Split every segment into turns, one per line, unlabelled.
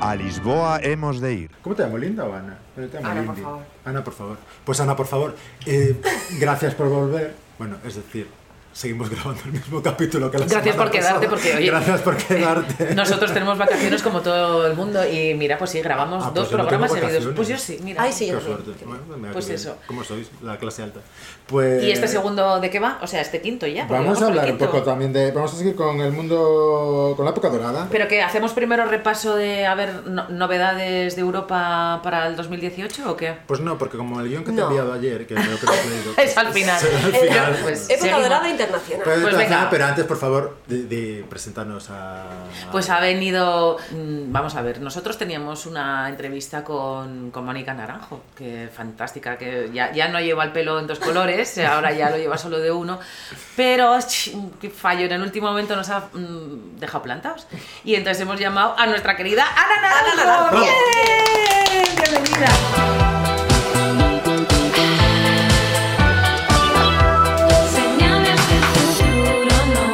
A Lisboa hemos de ir.
¿Cómo te llamo, Linda o Ana? Yo te llamo
Ana, por
Lindy.
favor.
Ana, por favor. Pues Ana, por favor, eh, gracias por volver. Bueno, es decir, seguimos grabando el mismo capítulo que la
Gracias
semana
por quedarte,
pasada.
porque, oye, eh,
Gracias por quedarte.
Nosotros tenemos vacaciones como todo el mundo y mira, pues sí, grabamos
Ah, pues
dos
yo no
programas
tengo
seguidos.
vacaciones.
Pues yo sí, mira.
Ay, sí,
Qué
yo
suerte.
también.
Bueno, me va
Pues
bien.
eso.
¿Cómo sois? La clase alta. Pues...
¿Y este segundo de qué va? O sea, este quinto ya. porque
Vamos a
por el
hablar un
quinto.
poco también de... Vamos a seguir con el mundo... Con la época dorada.
¿Pero qué? ¿Hacemos primero repaso de, a ver, no- novedades de Europa para el 2018 o qué?
Pues no, porque como el guión que te he
No.
enviado ayer, que creo que lo has leído... pues,
Es al final.
será al
Yo-
final.
pues-
Época
Seguimos.
dorada internacional.
Pues,
Pues
entonces,
venga.
ah, pero antes, por favor, de, de presentarnos a...
Pues ha venido, mm, vamos a ver, nosotros teníamos una entrevista con, con Mónica Naranjo, que fantástica, que ya, ya no lleva el pelo en dos colores, ahora ya lo lleva solo de uno, pero ch, qué fallo, en el último momento nos ha mm, dejado plantados. Y entonces hemos llamado a nuestra querida Ana Naranjo.
Naranjo.
¡Bien! ¡Bienvenida!
Señales del futuro no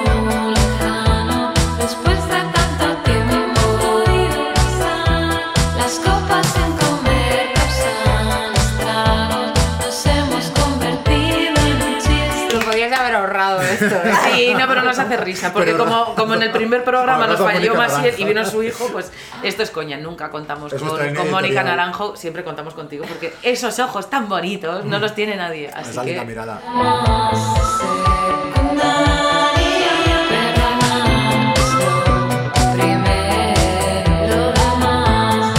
lejano, después de tanto tiempo podido pasar, las copas en conversaciones tragos, nos hemos convertido en un chiste.
Lo podías haber ahorrado esto. ¿eh?
Sí, no, pero nos hace risa, porque
Pero
como, como en el primer programa
Ah,
nos
con
falló
Mónica
Maciel y
Naranjo.
vino su hijo, pues esto es coña, nunca contamos
Es
con,
nuestra línea
con Mónica
editorial.
Naranjo, siempre contamos contigo, porque esos ojos tan bonitos
Mm.
no los tiene nadie, así
Esa linda
que...
mirada.
Más secundaria, pero más no. Primero la más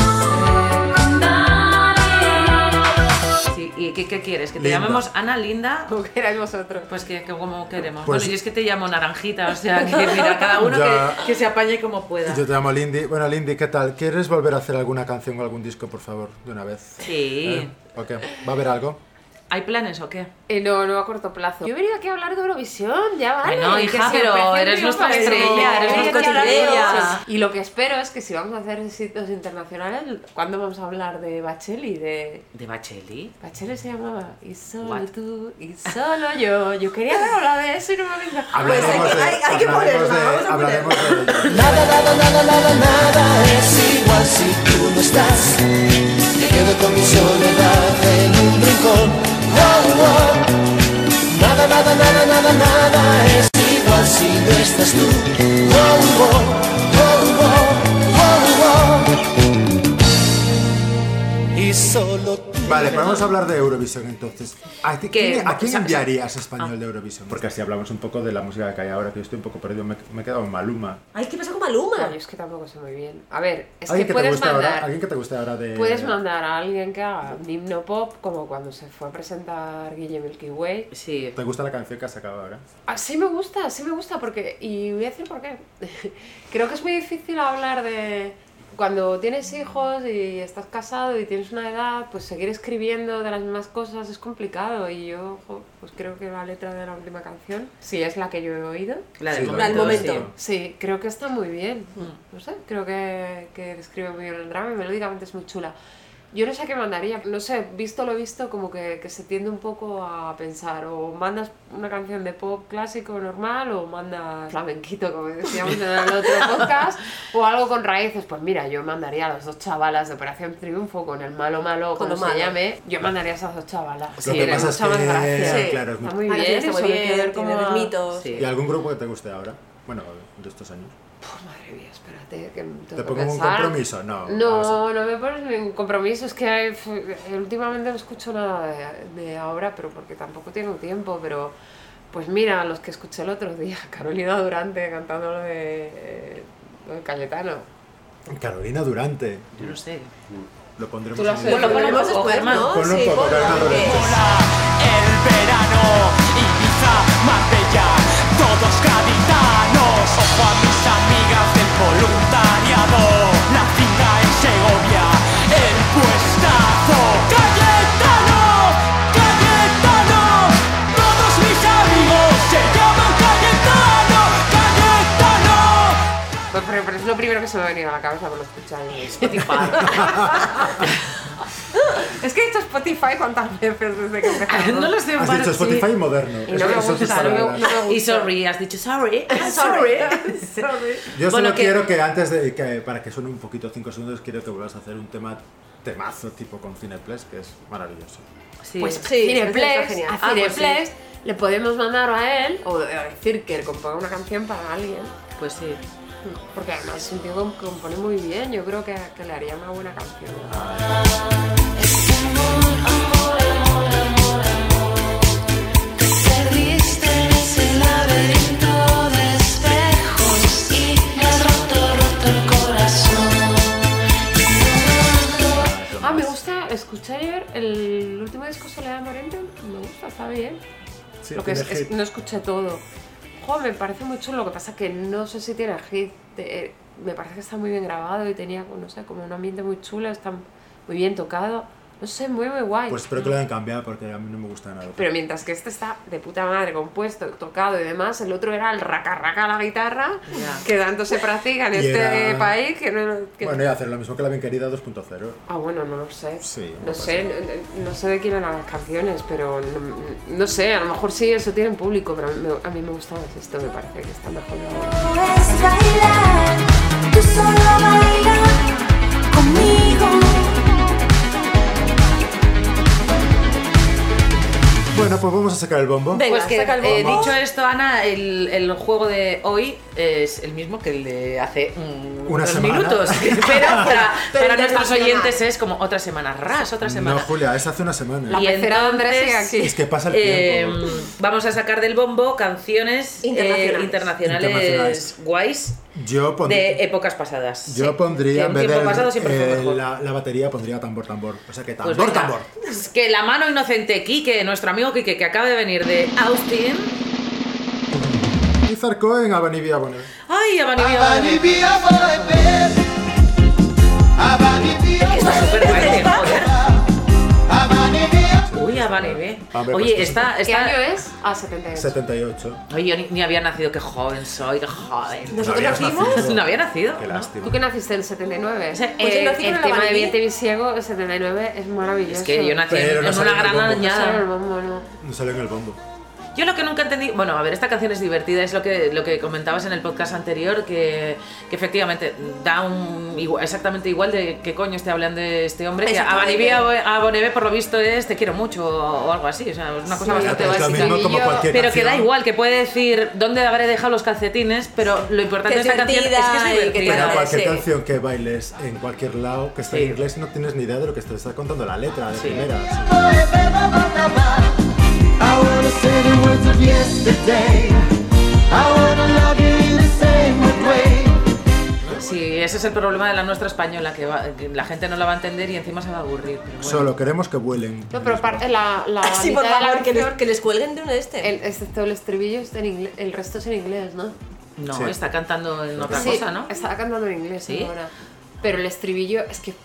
secundaria.
sí, ¿Y qué, qué quieres? ¿Que te
Linda.
llamemos Ana Linda?
Como queráis vosotros.
Pues que, que como queremos.
Pues-
bueno, yo es que te llamo Naranjita, o sea, que mira, cada uno
Ya.
que, que se apañe como pueda.
Yo te llamo Lindy. Bueno, Lindy, ¿qué tal? ¿Quieres volver a hacer alguna canción o algún disco, por favor, de una vez?
Sí.
¿Eh? ¿O qué? ¿Va a haber algo?
¿Hay planes o qué?
Eh, no, no a corto plazo. Yo he venido aquí a hablar de Eurovisión, ya vale.
Bueno,
que
hija,
si
pero
ofrecen
eres
yo,
nuestra
pues,
estrella, eres
eh,
nuestra
que hablar de
estrella.
Eurovisión. Y lo que espero es que si vamos a hacer sitios internacionales, ¿cuándo vamos a hablar de Bacheli? De...
¿De Bacheli?
Bachelet se llamaba Y solo
What?
tú, y solo yo. Yo quería haber hablado de eso y no me Pues, habéis dejado.
Hablaremos
hay que-
de-
hay- hay que
hablaremos
ponerla,
de-
vamos a
hablaremos de ello.
Nada, nada, nada, nada, nada es igual si tú no estás. Me quedo con mi soledad en un rincón. Wow, wow. Nada, nada, nada, nada, nada es igual si no estás tú. Wow, wow, wow, wow, wow, wow. Y solo tú.
Vale, pues vamos a hablar de Eurovisión entonces. ¿A, ti-
¿Qué?
quién- a quién
O sea,
enviarías a español de Eurovisión? Porque así hablamos un poco de la música que hay ahora, que yo estoy un poco perdido. Me, me he quedado en Maluma.
Ay, ¿qué pasa con Maluma?
No, yo es que tampoco sé muy bien. A ver, es que
eh. ¿Alguien que, te
puedes
guste ahora,
mandar.
¿Alguien que te guste ahora de...?
Puedes mandar a alguien que haga un himno pop, como cuando se fue a presentar Guille Milky Way.
Sí.
¿Te gusta la canción que has sacado ahora?
Así me gusta, así me gusta, porque. Y voy a decir por qué. Creo que es muy difícil hablar de. Cuando tienes hijos y estás casado y tienes una edad, pues seguir escribiendo de las mismas cosas es complicado. Y yo, jo, pues creo que la letra de la última canción, si es la que yo he oído,
La del
Sí,
la del momento.
sí.
Sí, creo que está muy bien. No sé, creo que, que describe muy bien el drama y melódicamente es muy chula. Yo no sé a qué mandaría, no sé, visto lo visto, como que, que se tiende un poco a pensar, o mandas una canción de pop clásico normal, o mandas flamenquito, como decíamos en el otro podcast, o algo con raíces. Pues mira, yo mandaría a los dos chavalas de Operación Triunfo con el malo malo,
Con
como
lo
se
malo.
llame, yo mandaría a esas dos chavalas.
Lo que
les
pasa
mucha
es
más
que,
gracia.
sí,
claro, es
está
muy-
muy
Ah, la
bien,
canción está
eso
muy
le tiene que ver
tiene
como a-
ritmitos.
Sí.
¿Y algún grupo que te guste ahora? Bueno, de estos años.
Pues madre mía, espérate, que me tengo
¿Te
que
pongo un
pensar.
compromiso? No. vamos a-
No, no me pones ningún compromiso. Es que eh, últimamente no escucho nada de, de ahora, pero porque tampoco tengo tiempo. Pero pues mira, los que escuché el otro día, Carolina Durante cantando lo de, eh, lo de Cayetano.
Carolina Durante.
Yo no sé.
Lo pondremos
Tú lo
en
has
el-
hecho.
ponemos
Ponemos
poco,
después,
Germán.
¿no?
Ponlo un
Sí,
poco,
ponlo,
Germán,
porque-
adelante.
El verano, Ibiza, Marbella, todos gaditanos. Ojo a mis amigas del voluntariado. La finca en Segovia, el puestazo. ¡Cayetano! ¡Cayetano! Todos mis amigos se llaman Cayetano. ¡Cayetano!
Pues, Pero, pero- pero es lo primero que se me ha venido a la cabeza cuando escuché.
Spotify.
Es que he hecho Spotify cuántas veces desde que empezamos.
no lo sé,
Has
para-
dicho
sí.
Spotify moderno.
Y no me
Esas son tus
gusta, no me-
palabras.
no me gusta.
Y sorry, has dicho sorry.
Sorry. Sorry.
Yo solo
Bueno, que-
quiero que antes de que para que suene un poquito 5 segundos, quiero que vuelvas a hacer un tema temazo tipo con Cineplex, que es maravilloso.
Sí.
Pues
Sí,
Cineplex,
está genial.
a
Ah, pues
Cineplex le podemos mandar a él o a decir que él componga una canción para alguien.
Pues sí.
Porque además es un tío que compone muy bien, yo creo que, que le haría una buena canción.
Ah,
Perdiste ese laberinto de espejos y me has roto, roto el corazón.
Ah, me gusta escuchar ayer el último disco Soledad Morente, me gusta, está bien.
Sí,
Lo que
tiene
es, es
hit.
que no escuché todo. Jo, me parece muy chulo, lo que pasa que no sé si tiene hit. de- eh, me parece que está muy bien grabado y tenía, no sé, como un ambiente muy chulo, está muy bien tocado. No sé, muy, muy guay.
Pues espero que lo hayan cambiado porque a mí no me gusta nada.
Pero mientras que este está de puta madre, compuesto, tocado y demás, el otro era el raca raca a la guitarra,
Ya.
que tanto se practica en
Y
este
era-
país. Que no, que-
Bueno, y hacer lo mismo que la bien querida 2.0.
Ah, bueno, no lo sé.
Sí, no
no
pasa
sé, no, no sé de quién eran las canciones, pero no, no sé, a lo mejor sí eso tiene público, pero a mí, me- a mí me gusta más esto, me parece que está mejor.
Puedes bailar, tú solo baila conmigo.
Bueno, pues vamos a sacar el bombo.
Venga,
Pues que,
saca el
eh,
bombo.
dicho esto, Ana, el, el juego de hoy es el mismo que el de hace mm,
Una
unos
semana.
minutos. Pero para,
Pero
para nuestros
internacional.
oyentes es como otra semana ras, otra semana.
No, Julia, es hace una semana.
La pecera de Andrés sigue
entonces,
aquí.
Es que pasa el
eh,
tiempo.
vamos a sacar del bombo canciones eh,
Internacionales.
internacionales
Internacionales.
guays
Yo pondría,
de épocas pasadas.
yo
Sí.
pondría
Que
en
en
vez
tiempo
de
pasado siempre fue
eh,
mejor.
la, la batería, pondría tambor, tambor. O sea que tambor,
Pues venga.
tambor.
Es que la mano inocente Quique, nuestro amigo Quique, que acaba de venir de Austin.
Y Zarco en Abanivia, bueno.
¡Ay, Abanivia! Está súper guay, tío, joder. Uy, Abanivia.
Hombre, pues
Oye,
que
está.
¿Qué
está-
año es? Ah, 78.
78.
Oye, yo ni, ni había nacido, qué joven soy, qué joven.
No habías nacido.
No había nacido.
Qué
¿no?
lástima.
¿Tú que naciste en el 79?
O sea,
Pues yo
el,
nací con
Eh, el
el
tema de
Abanivia.
Viente Visiego, el 79, es maravilloso.
Es que yo nací en,
Pero no
en
sale
una
en el
gran
bombo.
No sabe el
añada.
bombo, no.
No salió en el bombo.
Yo lo que nunca entendí, bueno, a ver, esta canción es divertida, es lo que, lo que comentabas en el podcast anterior, que, que efectivamente da un igual- exactamente igual de qué coño esté hablando este hombre, que a
Exactamente.
Banivia o a Boneve por lo visto es te quiero mucho o algo así, o sea, es una cosa
Sí,
bastante
es lo
básica.
mismo como
yo-
cualquier
Pero que da
canción.
igual, que puede decir dónde habré dejado los calcetines, pero lo importante
Que
de
es
esta canción es que es
divertida y que te
Pero
divertida.
agrada.
cualquier
sí.
canción que bailes en cualquier lado que esté en
Sí.
inglés no tienes ni idea de lo que te está contando la letra de
Sí.
primeras.
I wanna say the words of yesterday. I wanna love you the same way.
Sí, ese es el problema de la nuestra española, que, va- que la gente no la va a entender y encima se va a aburrir. pero bueno.
Solo queremos que vuelen.
No, pero par- la, la
Sí,
mitad
por
de la
favor, que les,
canción,
que les cuelguen de uno de este.
el- excepto el estribillo, está en ingle- el resto es en inglés, ¿no?
No,
Sí.
está cantando en otra
Sí,
cosa, ¿no?
Estaba cantando en inglés
Sí.
ahora. Pero el estribillo es que, eh,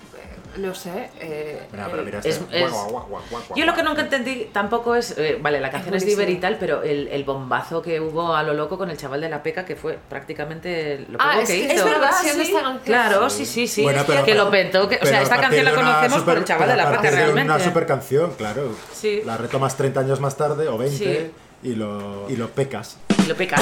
no sé. eh,
Mira, pero mira
Es-
este.
es-
Guau, guau, guau, guau, guau,
Yo lo que
guau.
nunca entendí tampoco es. eh, vale, la canción es, de
buenísimo.
Iber y tal, pero el, el bombazo que hubo a lo loco con el chaval de la peca, que fue prácticamente lo poco
Ah, es
que
que
hizo.
es una
verdad,
versión de
sí.
esta canción.
Claro, sí, sí, sí.
Bueno, pero-
que lo petó. que- o
pero
sea,
a
esta
partir
canción la
de una
conocemos por
super-
el chaval
pero
de
a
la peca
partir de
realmente.
una super canción, claro.
Sí.
La retomas 30 años más tarde o 20 y, lo, y lo pecas.
Y lo pecas.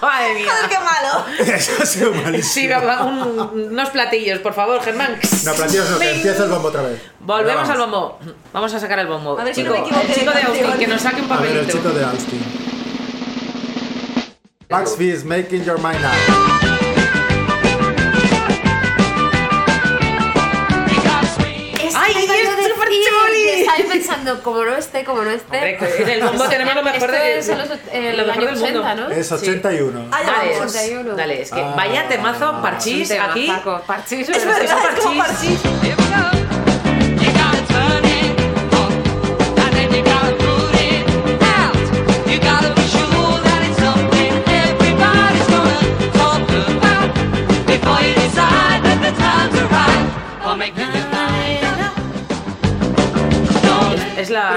Madre mía.
¡Joder, qué malo!
Eso ha sido
Sí,
malísimo.
va- un- unos platillos, por favor, Germán.
No, planteos no, que empieza el bombo otra vez.
Volvemos
Ahora
al
vamos.
bombo. Vamos a sacar el bombo.
A ver si
Chico,
no me equivoqué
el chico
de
de Austin,
canción.
que nos saque un
A ver, el
papelito.
chico de Austin. Max Fizz, Making Your Mind Up.
¡Ay,
Iba
es
yo a decir,
súper chuli!
que eh, Estaba pensando, como no esté, como no
Hombre,
esté. pues,
que en el bombo tenemos lo mejor
Esto
de-
es en los, eh,
lo
el
mejor
año
del mundo.
80, ¿no?
Es
Sí.
81.
Ay,
Dale,
vamos.
dale, es que
Ah.
vaya temazo, parchís
Sí, te
aquí.
mazaco, parchís,
Es
pero
verdad, es como
parchís.
parchís.
Es la
Pero y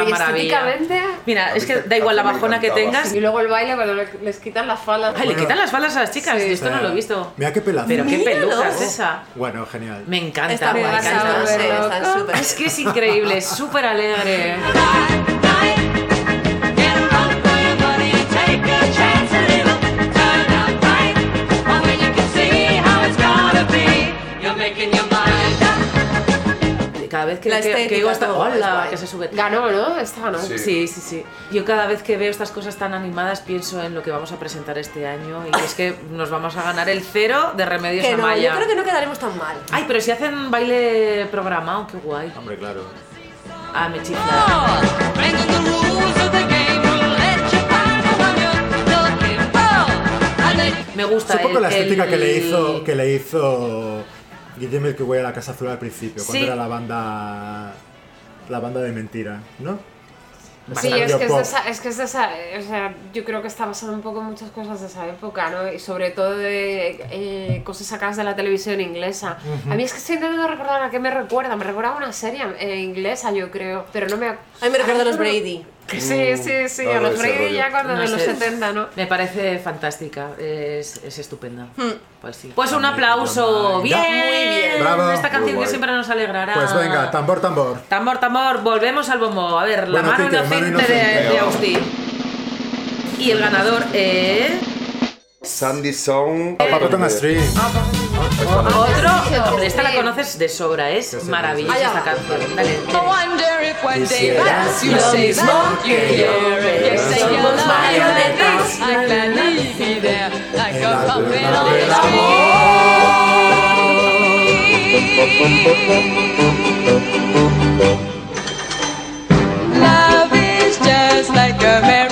maravilla.
estéticamente,
Mira, es que
este
da igual la bajona que tengas.
Y luego el baile cuando le- les quitan las falas.
Ay, le quitan las balas a las chicas.
Sí.
Yo esto no lo he visto.
Mira qué pelazo.
Pero qué
Míralo.
peluca es esa.
Bueno, genial.
Me encanta,
Está
me
muy
vas a
encanta.
basado,
volver
sí,
loco.
están súper.
Es que es increíble, es súper alegre. Cada vez que,
La
que- que
estética,
digo esta,
todo, es
¡Hola!
guay.
Que se sube.
Ganó, ¿no? Esta ganó.
Sí.
Sí, sí, sí. Yo cada vez que veo estas cosas tan animadas pienso en lo que vamos a presentar este año y es que nos vamos a ganar el cero de Remedios
Que no,
Amaya.
yo creo que no quedaremos tan mal.
Ay, pero si hacen baile programado, qué guay.
Hombre, claro.
Ah, me chifla. Me gusta
Es un poco
el-
la estética
el-
que le hizo que le hizo Guillermo el que voy a la Casa Azul al principio,
Sí.
cuando era la banda la banda de mentira, ¿no?
Sí,
Medio
es que es, de
pop.
esa, es que es de esa, eh, o sea, yo creo que está basado un poco en muchas cosas de esa época, ¿no? Y sobre todo de eh, cosas sacadas de la televisión inglesa. A mí es que estoy intentando recordar a qué me recuerda, me recuerda a una serie eh, inglesa, yo creo, pero no me... ac-
A mí me recuerda a los
Ah, pero-
Brady.
Que
Uh,
Sí, sí, sí, a
algo de
los
ese
Brady
rollo.
ya cuando
No
de los
sé.
70, ¿no?
Me parece fantástica, es, es estupenda. Pues sí. Pues un
También,
aplauso.
también.
Bien.
Hmm. Muy bien.
Bravo.
Esta canción
Muy
que
guay.
siempre nos alegrará.
Pues venga, tambor, tambor.
Tambor, tambor, volvemos al bombo. A ver, la
Bueno,
mano
Tite, mano
inocente, de,
inocente.
de Agustín. Y el ganador es.
Sandy Song.
Ah.
Patatón Street.
Otro. Hombre, esta la conoces de sobra, es maravillosa
Allá
esta
va.
canción. Dale.
¿eh?
Quisieras
Somos marionetas.
en la luna del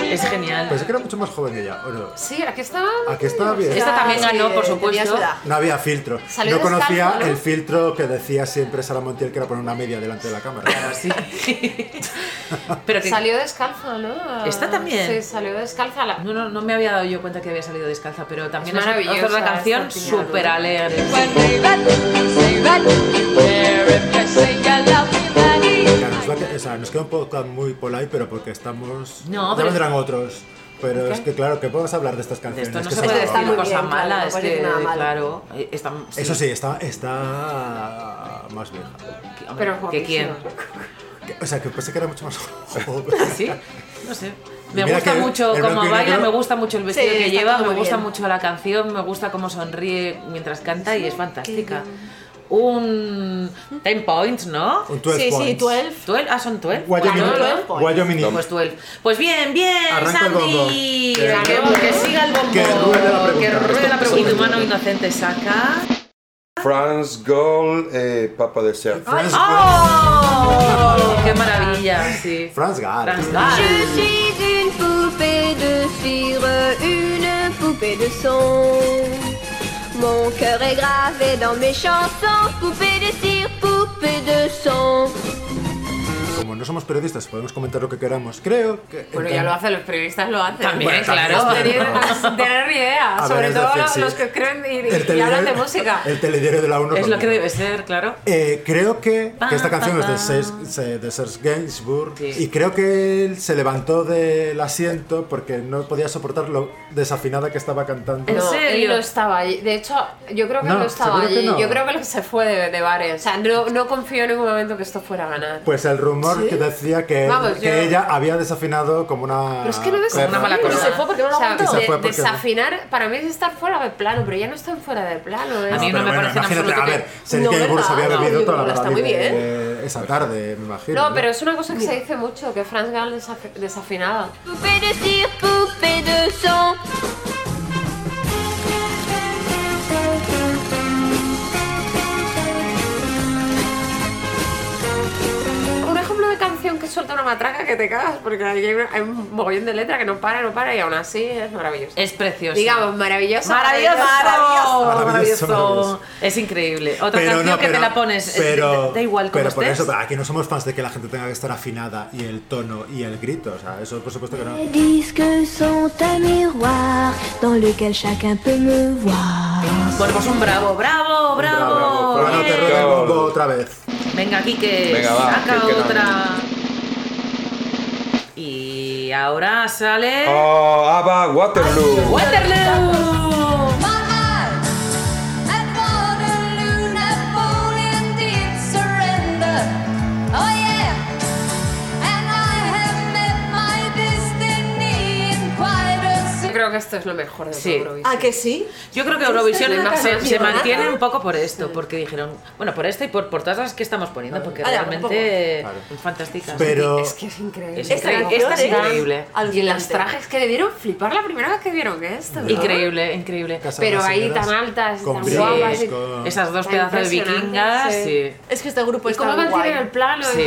Es genial.
Pues
Pensé que era mucho más joven que ella, ¿o no?
Sí, aquí está...
Aquí está bien.
Esta también
Sí,
ganó, por
tenía su
supuesto.
edad.
No había filtro.
Salió
No
descalzo,
conocía
¿no?
el filtro que decía siempre Sara Montiel, que era poner una media delante de la cámara.
Sí. Pero que
Salió descalza, ¿no?
¿Esta también?
Sí, salió descalza. La...
No, no, no me había dado yo cuenta que había salido descalza, pero también
Es
es
maravillosa
otra canción
esta tía.
súper alegre.
Claro, nos, va a que- o sea, nos queda un podcast muy polite, pero porque estamos...
No,
ya
pero-
vendrán otros. Pero es que claro, que podemos hablar de estas
De
canciones.
esto no
que
se
son
puede
está
decir
muy
adorables.
cosa
bien, claro,
mala,
no
es
puede
que,
decir nada malo.
claro, eh, está,
Eso sí, está, está más vieja.
que- hombre,
Pero
que quién,
guapísima.
Que- O sea, que pensé que era mucho más joven.
sí, no sé. Me
Mira
gusta
que
mucho
el
cómo
blanco y
baila, me
negro-
gusta mucho el vestido
Sí,
que
está
lleva,
todo
me
muy
gusta
bien.
mucho la canción, me gusta cómo sonríe mientras canta y es fantástica. Un 10 points, ¿no?
Un 12
Sí, sí,
points.
12.
12, ah, son 12.
Wyoming.
Ah,
Guayomini. 12 points.
Wyoming.
Pues 12. Pues bien, bien,
Arranca el bombo.
Sandy.
Que
Que,
ruede-
que siga el bombo.
que ruede la pregunta.
Que ruede la
Esto-
pregunta. Y tu mano inocente saca.
France Gold, eh, Papa de Chef.
France,
¡Oh! ¡Qué maravilla! Sí.
France Gall.
France Gall.
suis une poupée de cire, une poupée de son. Mon cœur est gravé dans mes chansons, poupée de cire, poupée de son.
Como no somos periodistas, podemos comentar lo que queramos. Creo que.
Bueno, ya lo hacen, los periodistas lo hacen.
También,
Bueno,
claro.
también
Tener, tener idea,
A ver,
sobre
es
todo
decir,
los,
sí.
los que escriben
El
y- y,
telediario-
hablan de música.
El telediario de la 1.
Es lo que debe ser, claro.
Eh, creo que, que esta
Pa,
canción
pa,
es de,
pa.
Ses- se- de Serge Gainsbourg
Sí.
y creo que él se levantó del asiento porque no podía soportar lo desafinada que estaba cantando.
¿En
No,
serio?
él no estaba allí. De hecho, yo creo que
No,
no, estaba
seguro que
allí.
no.
Yo creo que él se fue de, de bares. O sea, no, no confío en ningún momento que esto fuera a ganar.
Pues el rumor que decía que,
Vamos,
que
yo-
ella había desafinado como una...
Pero es que no ves
perra.
Una mala
Pero
cosa.
se fue porque no lo
O sea,
aguantó.
que se
De-
fue porque-
desafinar, para mí es estar fuera de plano, pero ya no están fuera de plano. ¿eh?
A mí
Pero
no me
bueno,
parece en
imagínate,
absoluto
a
que-
ver, Serge
No,
Gainsbourg se había
¿verdad? No,
bebido toda la
Gainsbourg está
verdad
muy
esa tarde, me imagino.
No, pero es una cosa que se dice mucho, que Franz Gall desaf- desafinaba.
Poupée de cire, poupée de son.
Un ejemplo de canción que suelta una matraca que te cagas, porque ahí hay, una- hay un mogollón de letra que no para, no para, y aún así es maravilloso.
Es precioso.
Digamos, maravilloso.
Maravilloso, maravilloso,
Maravilloso, maravilloso.
Es increíble. Otra
Pero
canción
no,
que te
pero-
la pones, eh,
pero-
da igual cómo
Pero por
estés.
eso, aquí no somos fans de que la gente tenga que estar afinada y el tono y el grito, o sea, eso por supuesto que no.
Les
Eh,
disques sont un miroir dans lequel chacun peut me voir.
Bueno, pues un bravo, bravo, bravo. eh.
bravo, bravo.
Bueno,
Bien.
te ruego el bombo otra vez.
Venga, Kike,
Venga, va,
saca
que- que no.
otra. Y Y ahora sale.
Oh, ABBA Waterloo.
¡Waterloo!
Yo creo que esto es lo mejor de
Sí.
Eurovisión.
¿A que sí?
Yo creo que Eurovisión
es una
se, se
canción. ¿eh?
mantiene un poco por esto, porque dijeron, bueno, por esto y por, por todas las que estamos poniendo, porque
Ahora,
realmente
un poco.
son fantásticas.
Pero-
Es que es increíble.
Es
Esta
increíble,
canción
esta es
es
increíble.
Y
Alucinante.
los trajes que le dieron flipar la primera vez que vieron esto. ¿no?
Increíble, increíble.
Casa
Pero
de las
ahí
señoras,
tan altas,
con
tan
brillos,
guapas. y-
con-
Esas dos
Está
pedazos de
impresionante,
vikingas,
sí.
sí.
Es que este grupo
¿Y
está
cómo
guay.
mantienen el plano?
sí.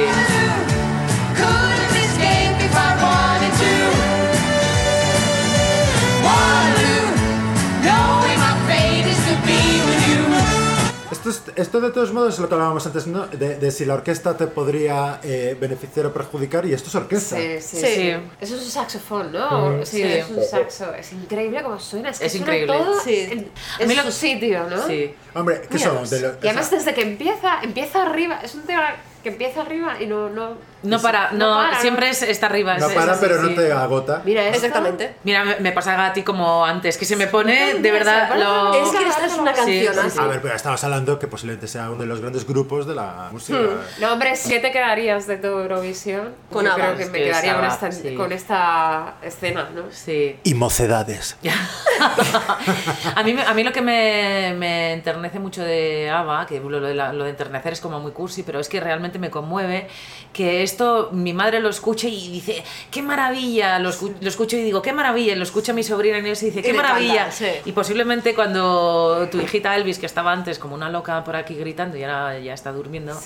Esto, es- esto de todos modos es lo que hablábamos antes, ¿no? De, de si la orquesta te podría eh, beneficiar o perjudicar, y esto es orquesta.
Sí, sí,
Sí.
sí. Eso es un saxofón, ¿no? Sí, es un saxo. Es increíble como suena. Es, que
Es
suena
increíble.
todo
Sí.
en,
A
en
mí lo-
su sitio, ¿no?
Sí.
Hombre, ¿qué son?
Míralos.
De lo-
y además
o sea,
desde que empieza, empieza arriba. Es un tema que empieza arriba y no... No,
No para, no,
para,
siempre es- está arriba.
no
es-
para,
es-
pero
sí.
no te agota.
Mira esto.
Exactamente.
Mira, me, me pasa a ti como antes, que se me pone
Sí,
de
se
verdad
pone
lo...
Es que esta es una
Sí,
canción
sí,
así.
sí.
A ver, pero estamos hablando que posiblemente sea uno de los grandes grupos de la música.
Hmm.
No, hombre, ¿qué te quedarías de tu Eurovisión?
Con
Yo
ABBA.
creo que me
Es que es
quedaría con
ABBA,
esta,
sí.
con esta escena, ¿no?
Sí.
Y mocedades.
a, mí, me- a mí lo que me, me enternece mucho de Ava, que lo, lo de la- lo de enternecer es como muy cursi, pero es que realmente me conmueve que esto mi madre lo escuche y dice, qué maravilla, lo, escu- lo escucho y digo, qué maravilla, y lo escucha mi sobrina Inés y dice, qué
le encanta,
maravilla.
sí.
Y posiblemente cuando tu hijita Elvis, que estaba antes como una loca por aquí gritando y ahora ya está durmiendo,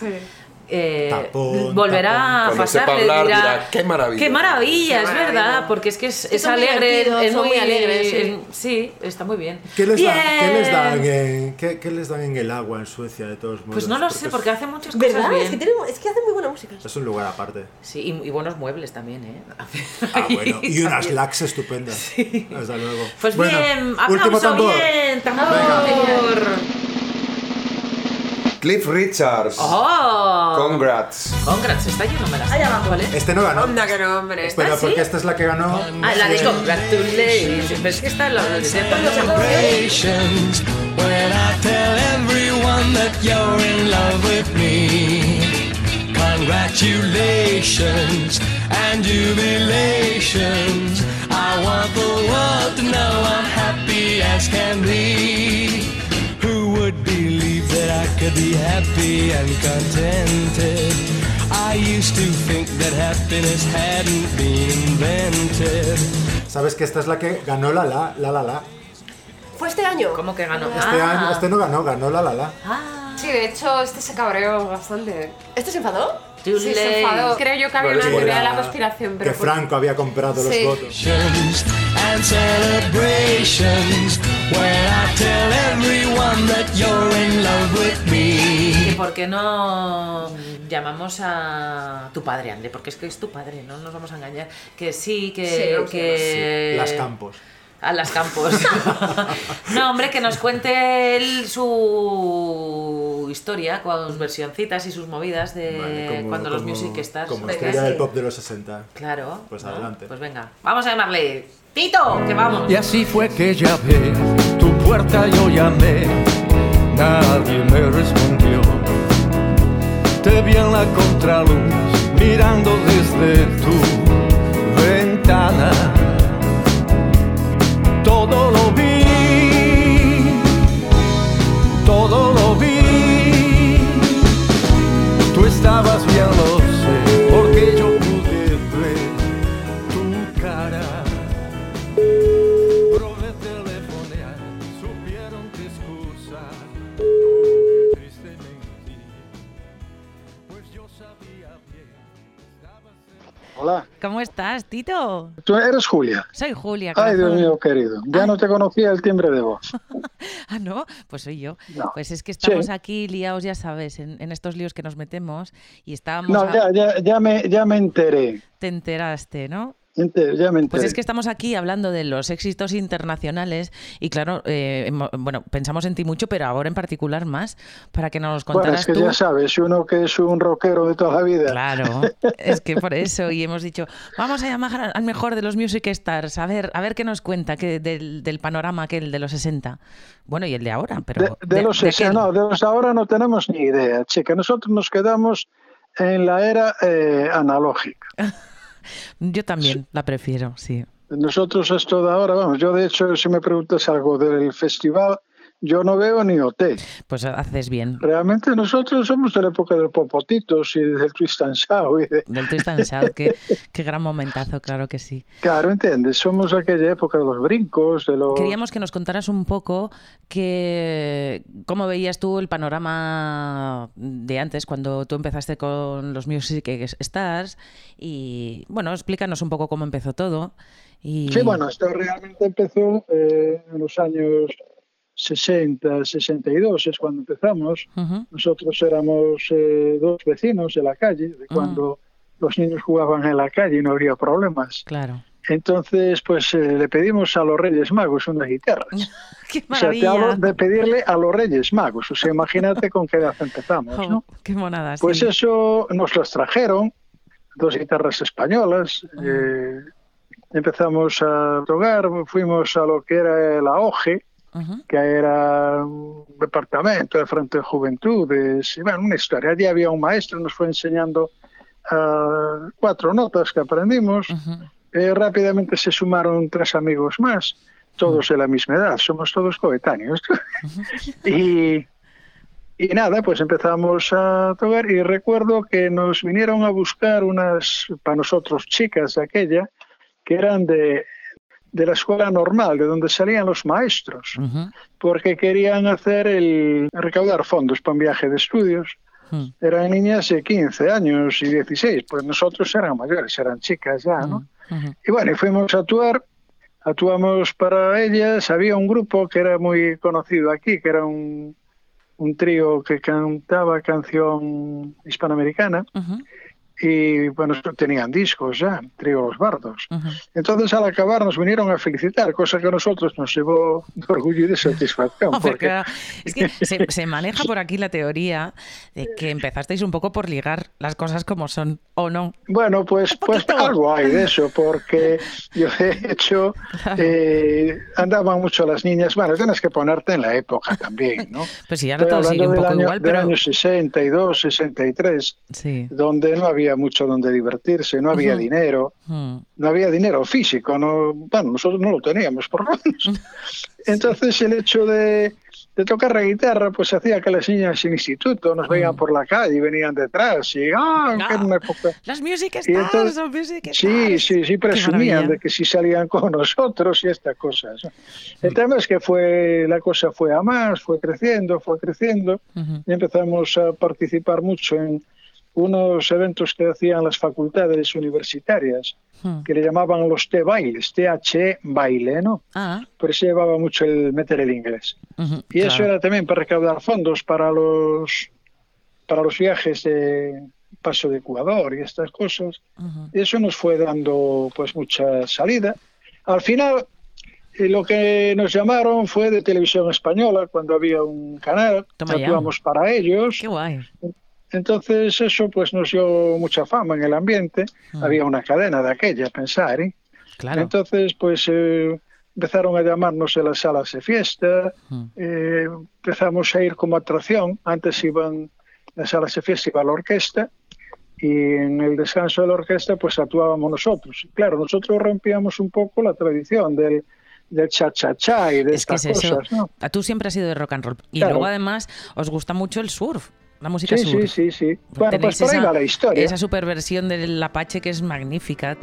eh,
Tapón,
volverá
tapón.
a
Cuando sepa
pasarle
hablar dirá, "Qué maravilla".
Qué maravilla,
Qué
es
maravilla.
verdad, porque es que es, es
son
alegre,
divertidos,
es
son
muy
muy alegres, sí.
es- sí, está muy bien.
¿Qué les, dan,
Bien.
¿qué, les dan en, qué, qué les dan en el agua en Suecia, de todos modos?
Pues no lo sé, porque hace muchas cosas
¿Verdad?
bien.
Es que, tienen, es que hacen muy buena música.
Es un lugar aparte.
Sí, y, y buenos muebles también, ¿eh?
Ah, bueno. Y unas
También.
lax estupendas. Hasta luego.
Pues
Bueno,
bien,
último
aplauso,
tambor.
bien, tambor.
Cliff Richards.
¡Oh!
Congrats.
Congrats, está yo no me la sé.
Allá abajo.
¿Vale?
Este no ganó.
Onda que no, hombre.
Pero
¿Ah, sí?
porque esta es la que ganó.
Ah, la de
Sí.
Congratulations. Pero es que está la de
Este
celebrations when I tell everyone that you're in love with me. Congratulations and jubilations. I want the world to know I'm happy as can be. Who would believe that I could be happy and contented? I used to think that happiness hadn't been invented.
Sabes que esta es la que ganó la la la la la.
¿Fue este año?
¿Cómo que ganó?
Este,
Ah.
año- este no ganó, ganó la la la.
Sí, de hecho, este se cabreó bastante.
¿Este se enfadó?
Too
Sí,
late.
se enfadó. Creo yo que había
Vale,
una
sí.
teoría de la
Era
conspiración, pero...
Que
pues
por-
Franco había comprado los
Sí.
votos.
and celebrations when I tell everyone that you're in love with me.
¿Que por qué no llamamos a tu padre, André? Porque es que es tu padre, no nos vamos a engañar. Que sí, que...
Sí, vamos a
que...
Las Campos.
A las campos. no, hombre, que nos cuente él su historia con sus versioncitas y sus movidas de
Vale, como-
eh, cuando los
como-
Music Stars...
Como
Venga,
estrella del
sí.
pop de los 60.
Claro.
Pues
¿no?
adelante.
Pues venga, vamos a llamarle... ¡Tito, que vamos!
Y así fue que ya ve tu puerta yo llamé, nadie me respondió. Te vi en la contraluz mirando desde tu ventana. Todo lo vi, todo lo vi. Tú estabas bien, lo sé, porque yo pude ver tu cara. Probé telefonear, supieron te excusar. Oh, qué triste mentí, pues yo sabía bien.
Hola,
¿Cómo estás, Tito?
tú eres Julia.
Soy Julia.
Ay, Dios
corazón.
mío, querido. Ya no te conocía el timbre de voz.
Ah, no, pues soy yo.
No.
Pues es que estamos
Sí.
aquí liados, ya sabes, en, en estos líos que nos metemos y estábamos.
No,
a-
ya, ya, ya, me, ya me enteré.
Te enteraste, ¿no?
Ente- ya me enteré.
Pues es que estamos aquí hablando de los éxitos internacionales y claro, eh, hemo- bueno, pensamos en ti mucho, pero ahora en particular más, para que nos
bueno, es
contaras
que
tú.
ya sabes, uno que es un rockero de toda la vida.
Claro, es que por eso, y hemos dicho, vamos a llamar al mejor de los Music Stars, a ver, a ver qué nos cuenta que del, del panorama aquel de los 60. Bueno, y el de ahora,
De,
pero...
de los
aquel.
60, no, de los ahora no tenemos ni idea, chica. Nosotros nos quedamos en la era eh, analógica.
Yo también la prefiero, sí.
Nosotros esto de ahora, vamos, yo de hecho, si me preguntas algo del festival, yo no veo ni hotel.
Pues haces bien.
Realmente nosotros somos de la época del Popotitos y del Twist and Shout. y de-
Del Twist and Shout, qué, qué gran momentazo, claro que sí.
Claro, ¿entiendes? Somos aquella época de los brincos, de los...
Queríamos que nos contaras un poco que, cómo veías tú el panorama de antes cuando tú empezaste con los Music Stars y bueno, explícanos un poco cómo empezó todo. Y...
Sí, bueno, esto realmente empezó eh, en los años 60, 62, es cuando empezamos.
Ujú.
Nosotros éramos eh, dos vecinos de la calle,
Ah.
de cuando los niños jugaban en la calle y no había problemas.
Claro.
Entonces, pues eh, le pedimos a los Reyes Magos unas guitarras.
¡Qué
O sea, te
maravilla!
hablo de pedirle a los Reyes Magos. O sea, imagínate con qué edad empezamos,
Jo,
¿no?
¡Qué monada! sí.
Pues eso nos las trajeron, dos guitarras españolas. eh, empezamos a tocar, fuimos a lo que era la OGE,
Ujú.
que era un departamento de Frente de Juventudes, y bueno, una historia. Allí había un maestro, nos fue enseñando ah, cuatro notas que aprendimos. Eh, rápidamente se sumaron tres amigos más, todos de la misma edad, somos todos coetáneos. y, y nada, pues empezamos a tocar y recuerdo que nos vinieron a buscar unas, para nosotros chicas de aquella, que eran de, de la escuela normal, de donde salían los maestros,
Ujú.
porque querían hacer el recaudar fondos para un viaje de estudios.
Hmm.
Eran niñas de 15 años y 16, pues nosotros eran mayores, eran chicas ya, ¿no?
Ujú.
Y bueno, y fuimos a actuar, actuamos para ellas, había un grupo que era muy conocido aquí, que era un, un trío que cantaba canción hispanoamericana,
Ujú.
y bueno, tenían discos ya, trío Los Bardos.
Ujú.
Entonces al acabar nos vinieron a felicitar, cosa que a nosotros nos llevó de orgullo y de satisfacción.
No,
porque-
porque claro, es que se, se maneja por aquí la teoría de que empezasteis un poco por ligar las cosas como son, ¿o no?
Bueno, pues, pues algo hay de eso, porque yo de hecho eh, andaban mucho las niñas. Bueno, tienes que ponerte en la época también, ¿no?
Pues sí, ahora
Estoy
todo
hablando
sigue un
del
poco
año,
igual,
del
pero...
año 62, 63,
Sí.
donde no había mucho donde divertirse, no había
Ujú.
dinero,
Mm.
no había dinero físico, no, bueno, nosotros no lo teníamos por lo menos. Entonces el hecho de, de tocar la guitarra pues hacía que las niñas sin instituto nos veían por la calle y venían detrás y ah, que era una época...
Las Music
Y
Stars,
entonces-
las Music
Sí,
Stars.
sí, sí,
Qué
presumían
maravilla.
de que si salían con nosotros y estas cosas. ¿no? El tema es que fue la cosa fue a más, fue creciendo, fue creciendo
Ujú.
y empezamos a participar mucho en unos eventos que hacían las facultades universitarias
Hmm.
que le llamaban los T-bailes, THE baile, ¿no?
Ah,
Por eso llevaba mucho el meter el inglés.
ujú,
Y eso
claro.
era también para recaudar fondos para los para los viajes de paso de Ecuador y estas cosas.
Ujú.
Y eso nos fue dando pues mucha salida. Al final eh, lo que nos llamaron fue de televisión española cuando había un canal,
Toma ya.
actuamos para ellos.
Qué guay.
Entonces eso pues nos dio mucha fama en el ambiente. Había una cadena de aquella, pensar, ¿eh?
Ah. Claro.
Entonces, pues eh, empezaron a llamarnos en las salas de fiesta, eh, empezamos a ir como atracción, antes iban las salas de fiesta, iba la orquesta, y en el descanso de la orquesta pues actuábamos nosotros. Y Claro, nosotros rompíamos un poco la tradición del, del cha-cha-cha y de
es que
estas
es eso.
cosas, ¿no?
Ah, Tú siempre has sido de rock and roll. Y
Claro.
luego además os gusta mucho el surf, la música
Sí, sí,
surf.
sí, sí. Bueno, pues
Tenéis
por ahí
esa-
va la historia.
Esa superversión del Apache que es magnífica.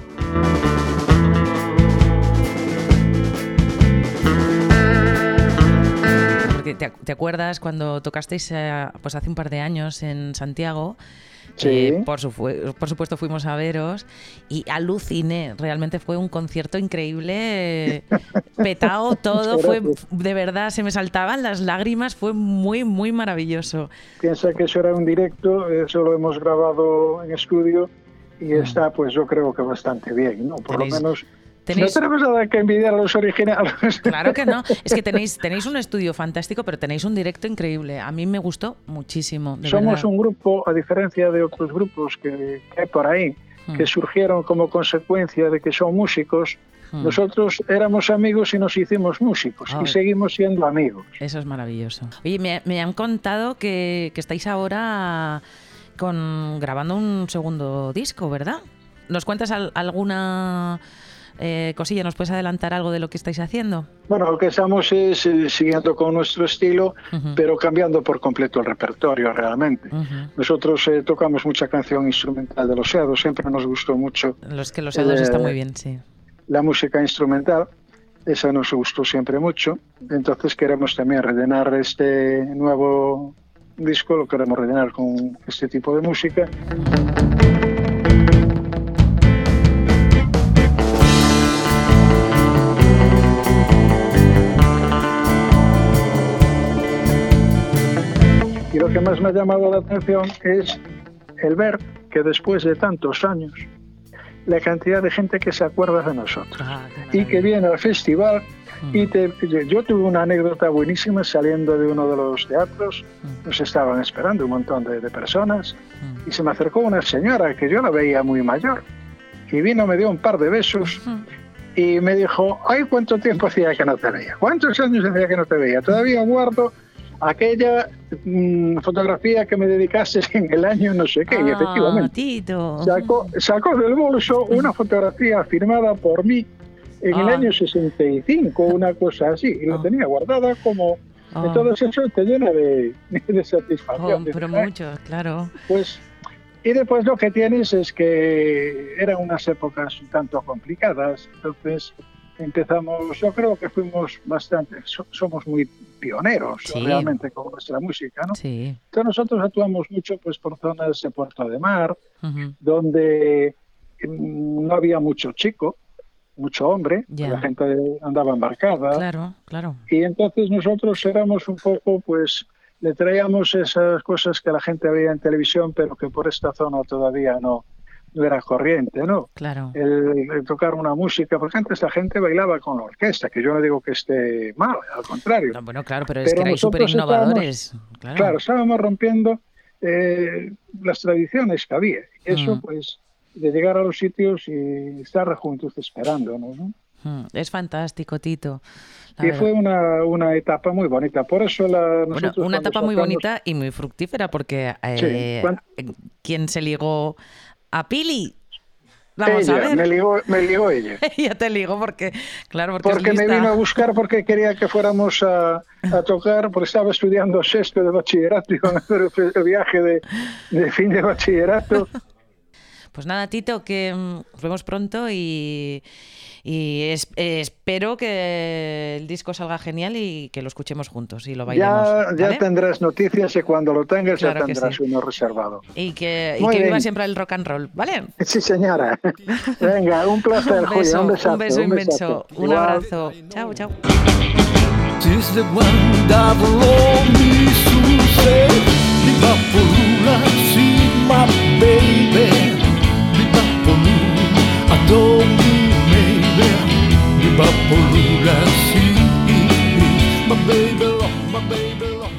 Porque te, ac- te acuerdas cuando tocasteis eh, pues hace un par de años en Santiago.
Sí.
Eh, por, sufu- por supuesto fuimos a veros y aluciné, realmente fue un concierto increíble, eh, petao todo,
Muchas
fue
gracias.
de verdad, se me saltaban las lágrimas, fue muy, muy maravilloso.
Piensa que eso era un directo, eso lo hemos grabado en estudio y está pues yo creo que bastante bien, ¿no? Por
Mm. Tenéis-
lo menos
tenéis-
no tenemos nada que envidiar a los originales.
Claro que no. Es que tenéis, tenéis un estudio fantástico, pero tenéis un directo increíble. A mí me gustó muchísimo. de
Somos
verdad.
un grupo, a diferencia de otros grupos que, que hay por ahí, que surgieron como consecuencia de que son músicos,
Mm.
nosotros éramos amigos y nos hicimos músicos
Ay.
y seguimos siendo amigos.
Eso es maravilloso. Oye, me, me han contado que, que estáis ahora con, grabando un segundo disco, ¿verdad? ¿Nos cuentas al- alguna eh, cosilla? ¿Nos puedes adelantar algo de lo que estáis haciendo?
Bueno, lo que estamos es eh, siguiendo con nuestro estilo, pero cambiando por completo el repertorio realmente. Nosotros eh, tocamos mucha canción instrumental de los Seados, siempre nos gustó mucho
Los que los Seados
Eh,
está muy bien, sí.
la música instrumental, esa nos gustó siempre mucho. Entonces queremos también rellenar este nuevo disco, lo queremos rellenar con este tipo de música. Y lo que más me ha llamado la atención es el ver que después de tantos años, la cantidad de gente que se acuerda de nosotros y que viene al festival. Y te- yo- yo tuve una anécdota buenísima saliendo de uno de los teatros. Nos estaban esperando un montón de, de personas
Mm.
y se me acercó una señora que yo la veía muy mayor. Y vino, me dio un par de besos y me dijo, ay, ¿cuánto tiempo hacía que no te veía? ¿Cuántos años hacía que no te veía? Todavía guardo aquella mm, fotografía que me dedicaste en el año no sé qué, y
Ah,
efectivamente.
Tito.
Sacó, sacó del bolso una fotografía firmada por mí en el
Ah.
año 65, una cosa así, y la tenía guardada como...
Ah.
Entonces eso te llena de, de satisfacción.
Oh,
Dices,
pero
"Ah,
mucho, claro.
pues, y después lo que tienes es que eran unas épocas un tanto complicadas, entonces empezamos, yo creo que fuimos bastante, so- somos muy pioneros
Sí.
realmente con nuestra música, ¿no?
Sí.
Entonces nosotros actuamos mucho pues por zonas de Puerto de Mar,
Ujú.
donde mm, no había mucho chico, mucho hombre,
Ya.
la gente andaba embarcada,
Claro, claro.
y entonces nosotros éramos un poco, pues, le traíamos esas cosas que la gente veía en televisión, pero que por esta zona todavía no, no era corriente, ¿no?
Claro.
El, el tocar una música, porque antes la gente bailaba con la orquesta, que yo no digo que esté mal, al contrario.
No, bueno, claro, pero es
Pero
que erais súper
nosotros
innovadores. Claro.
Claro, estábamos rompiendo eh, las tradiciones que había. Y eso,
Mm.
pues, de llegar a los sitios y estar juntos esperándonos, ¿no?
Mm, Es fantástico, Tito. La
Y
verdad.
fue una, una etapa muy bonita. Por eso la,
Bueno,
nosotros
una
cuando
etapa muy
sacamos-
bonita y muy fructífera, porque eh,
cuan-
¿quién se ligó a Pili? Vamos
ella,
a ver.
Me ligó, me ligó ella.
ya te ligo porque, claro, porque, es
Porque me
lista.
vino a buscar porque quería que fuéramos a, a tocar, porque estaba estudiando sexto de bachillerato y iban a hacer el- el viaje de, de fin de bachillerato.
Pues nada, Tito, que mm, nos vemos pronto y, y es- eh, espero que el disco salga genial y que lo escuchemos juntos y lo bailemos.
Ya, ya
¿vale?
tendrás noticias y cuando lo tengas
Claro
ya
que
tendrás
sí.
uno reservado.
Y que, y
Muy
que viva
bien.
siempre el rock and roll, ¿vale?
Sí, señora. Venga, un placer,
Un beso,
Julia. Un, besazo,
un beso
un besazo.
inmenso, un
Igual.
abrazo. Chao, chao.
Tis the wind of lonely Susie Viva Polula, see my baby Viva Polula, adore me maybe Viva Polula, see my baby, love, my baby, love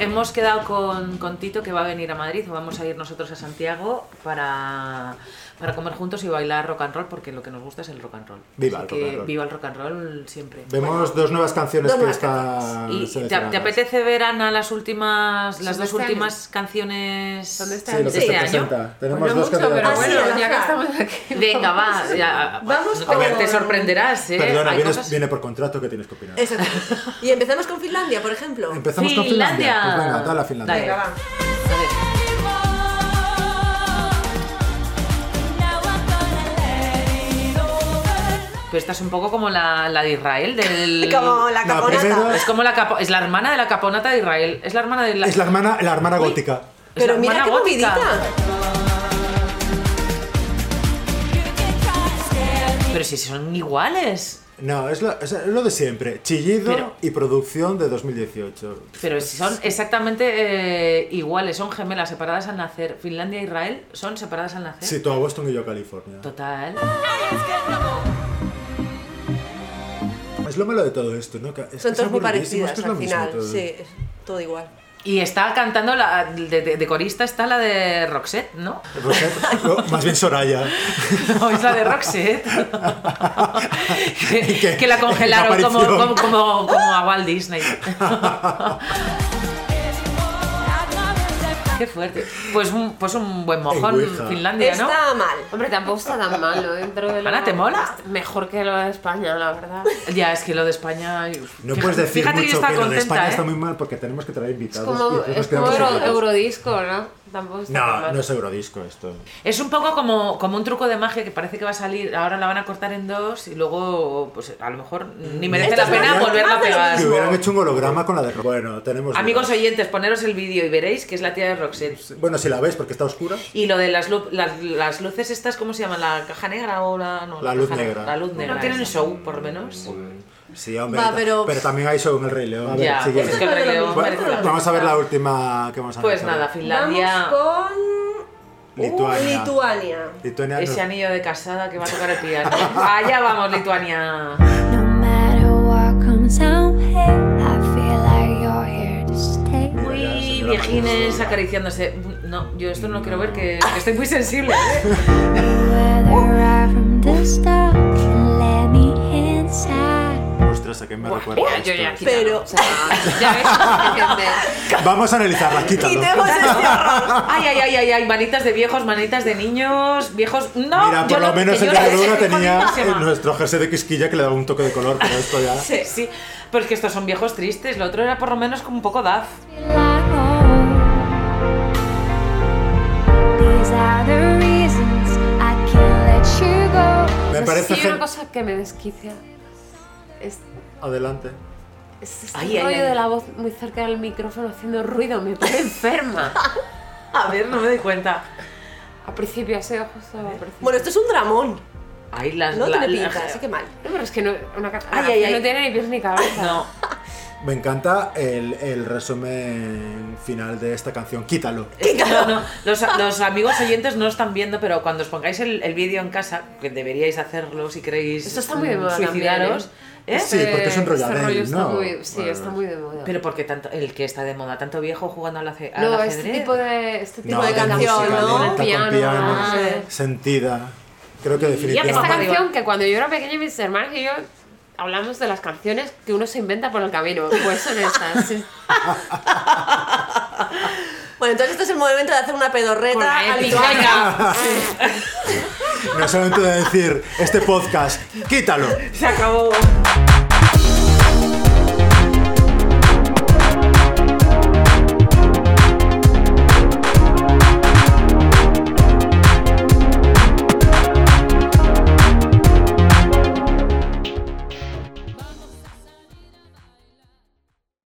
Hemos quedado con, con Tito que va a venir a Madrid o vamos a ir nosotros a Santiago para, para comer juntos y bailar rock and roll porque lo que nos gusta es el rock and roll.
Viva el
Así
rock
que
and roll.
Viva el rock and roll siempre.
Vemos dos nuevas canciones que están
¿Y te,
seleccionadas.
te apetece ver, Ana, las últimas, las
Son
dos
de este año.
últimas canciones
este Sí, año. lo que
de
se
este
presenta.
año?
Tenemos Pues no dos mucho, pero candidatas. bueno,
ya que estamos aquí.
Venga, va. ya, no
Vamos
te-
con-
Te sorprenderás, ¿eh?
Perdona,
Hay
vienes-
cosas-
viene por contrato que tienes que opinar.
Exacto. Y empezamos con Finlandia, por ejemplo.
Empezamos con Finlandia. Pues venga, dale a Finlandia.
Venga, va.
Pero esta es un poco como la, la de Israel, del...
Como la No, caponata. primero-
Es como la capo- es la hermana de la caponata de Israel. Es la hermana de la...
Es la hermana, la hermana gótica.
es la
Pero mira
hermana
qué
gótica.
movidita.
Pero si son iguales.
No, es lo, es lo de siempre. Chillido
Pero-
y producción de 2018.
Pero si son exactamente eh, iguales, son gemelas separadas al nacer. Finlandia e Israel son separadas al nacer.
Sí, tú a Boston y yo a California.
Total.
Es lo malo de todo esto, ¿no? Que es-
Son
es
todas muy
aburridísimo, es
parecidas
que es lo
al
mismo
final.
todo.
Sí, es todo igual.
Y está cantando la de, de- de corista está la de Roxette, ¿no?
Roxette, no, más bien Soraya.
No, es la de Roxette. que, que la congelaron
que
como,
apareció.
como, como- como a Walt Disney. Qué fuerte. Pues un, pues un buen mojón
Ouija.
Finlandia, ¿no?
Está mal. Hombre, tampoco está tan mal, ¿no? Dentro de la...
Ana, ¿te mola?
Mejor que lo de España, la verdad.
Ya, es que lo de España.
No
fíjate-
puedes decir
fíjate que
mucho,
está
pero de
contenta,
España
¿eh?
está muy mal porque tenemos que traer
Es
invitados. y
como,
entonces nos
es como
quedamos
Euro-
solos.
Eurodisco, ¿no? Tampoco está tan
No,
mal.
no es Eurodisco esto.
Es un poco como, como un truco de magia que parece que va a salir, ahora la van a cortar en dos y luego, pues a lo mejor ni merece
Esto
la
es
pena
más de-
volverla a pegar.
Que hubieran hecho un holograma con la de Bueno, tenemos.
Ah, Amigos
dudas.
oyentes, poneros el vídeo y veréis que es la tía de Roxette.
Bueno, si la ves porque está oscura.
Y lo de las, lu- las, las luces estas, ¿cómo se llama? ¿La caja negra o la...? No,
La luz
caja-
negra.
La luz
No
negra. No tienen show, por lo menos.
Sí, hombre.
Va,
ta-
pero-
pero... también hay show en el Rey León. A ver,
Ya,
siguiente.
pues es que el Rey León
Bueno,
merece la
Vamos a ver
pena.
la última que vamos a
Pues
analizar.
nada, Finlandia...
Vamos con
Lituania.
Lituania.
Lituania nos-
Ese anillo de casada que va a tocar el piano. Allá vamos, Lituania. Uy, viejines acariciándose. No, yo esto no lo quiero ver, que, que estoy muy sensible. ¿eh?
Ostras, ¿a qué me recuerda?
Mira,
esto?
yo ya quitaba,
Pero.
o sea, ya ves,
Vamos a analizarla, quítalo.
este.
Ay, ay, ay, ay, ay, manitas de viejos, manitas de niños, viejos. No,
Mira,
yo
por lo
no-
menos
que
el
yo no
de
sé,
Luna
estoy
tenía
jodidísima.
eh, nuestro jersey de quisquilla que le daba un toque de color, pero esto ya.
Sí, sí. Pero es que estos son viejos tristes. Lo otro era por lo menos como un poco daf.
Me parece
Sí, una
gen...
cosa que me desquicia es,
Adelante.
es este
Ay, ay,
rollo
ay.
de la voz muy cerca del micrófono haciendo ruido. Me pone enferma.
A ver, no me doy cuenta.
Al principio ha sido justo al principio.
Bueno, esto es un dramón.
Ay, las
No
la-
tiene
la-
pinta, así que mal.
No, pero es que no, una ca-
Ay, ay,
una canción
ay.
no tiene ni pies ni cabeza.
No.
Me encanta el, el resumen final de esta canción. Quítalo.
Es que no, no, los, los amigos oyentes no lo están viendo, pero cuando os pongáis el, el vídeo en casa, que deberíais hacerlo si queréis
Esto está muy de
mm,
moda
suicidaros.
también, ¿eh?
¿eh?
Sí, porque es un
Este
rolladel,
rollo está
¿no?
muy- sí,
Bueno.
está muy de moda.
Pero porque tanto, el que está de moda, tanto viejo jugando al, ace- al
no,
ajedrez.
este tipo de, este tipo
No,
de
de
canción,
música
¿no?
lenta con
Piano,
piano,
ah, sí.
Sentida. Creo que
Esta
definitivamente.
canción que cuando yo era pequeña mis hermanos y yo hablamos de las canciones que uno se inventa por el camino. Pues son estas. sí.
Bueno, entonces este es el momento de hacer una pedorreta
Con la
a
épica.
Lituania.
No solamente de decir este podcast, quítalo.
Se acabó.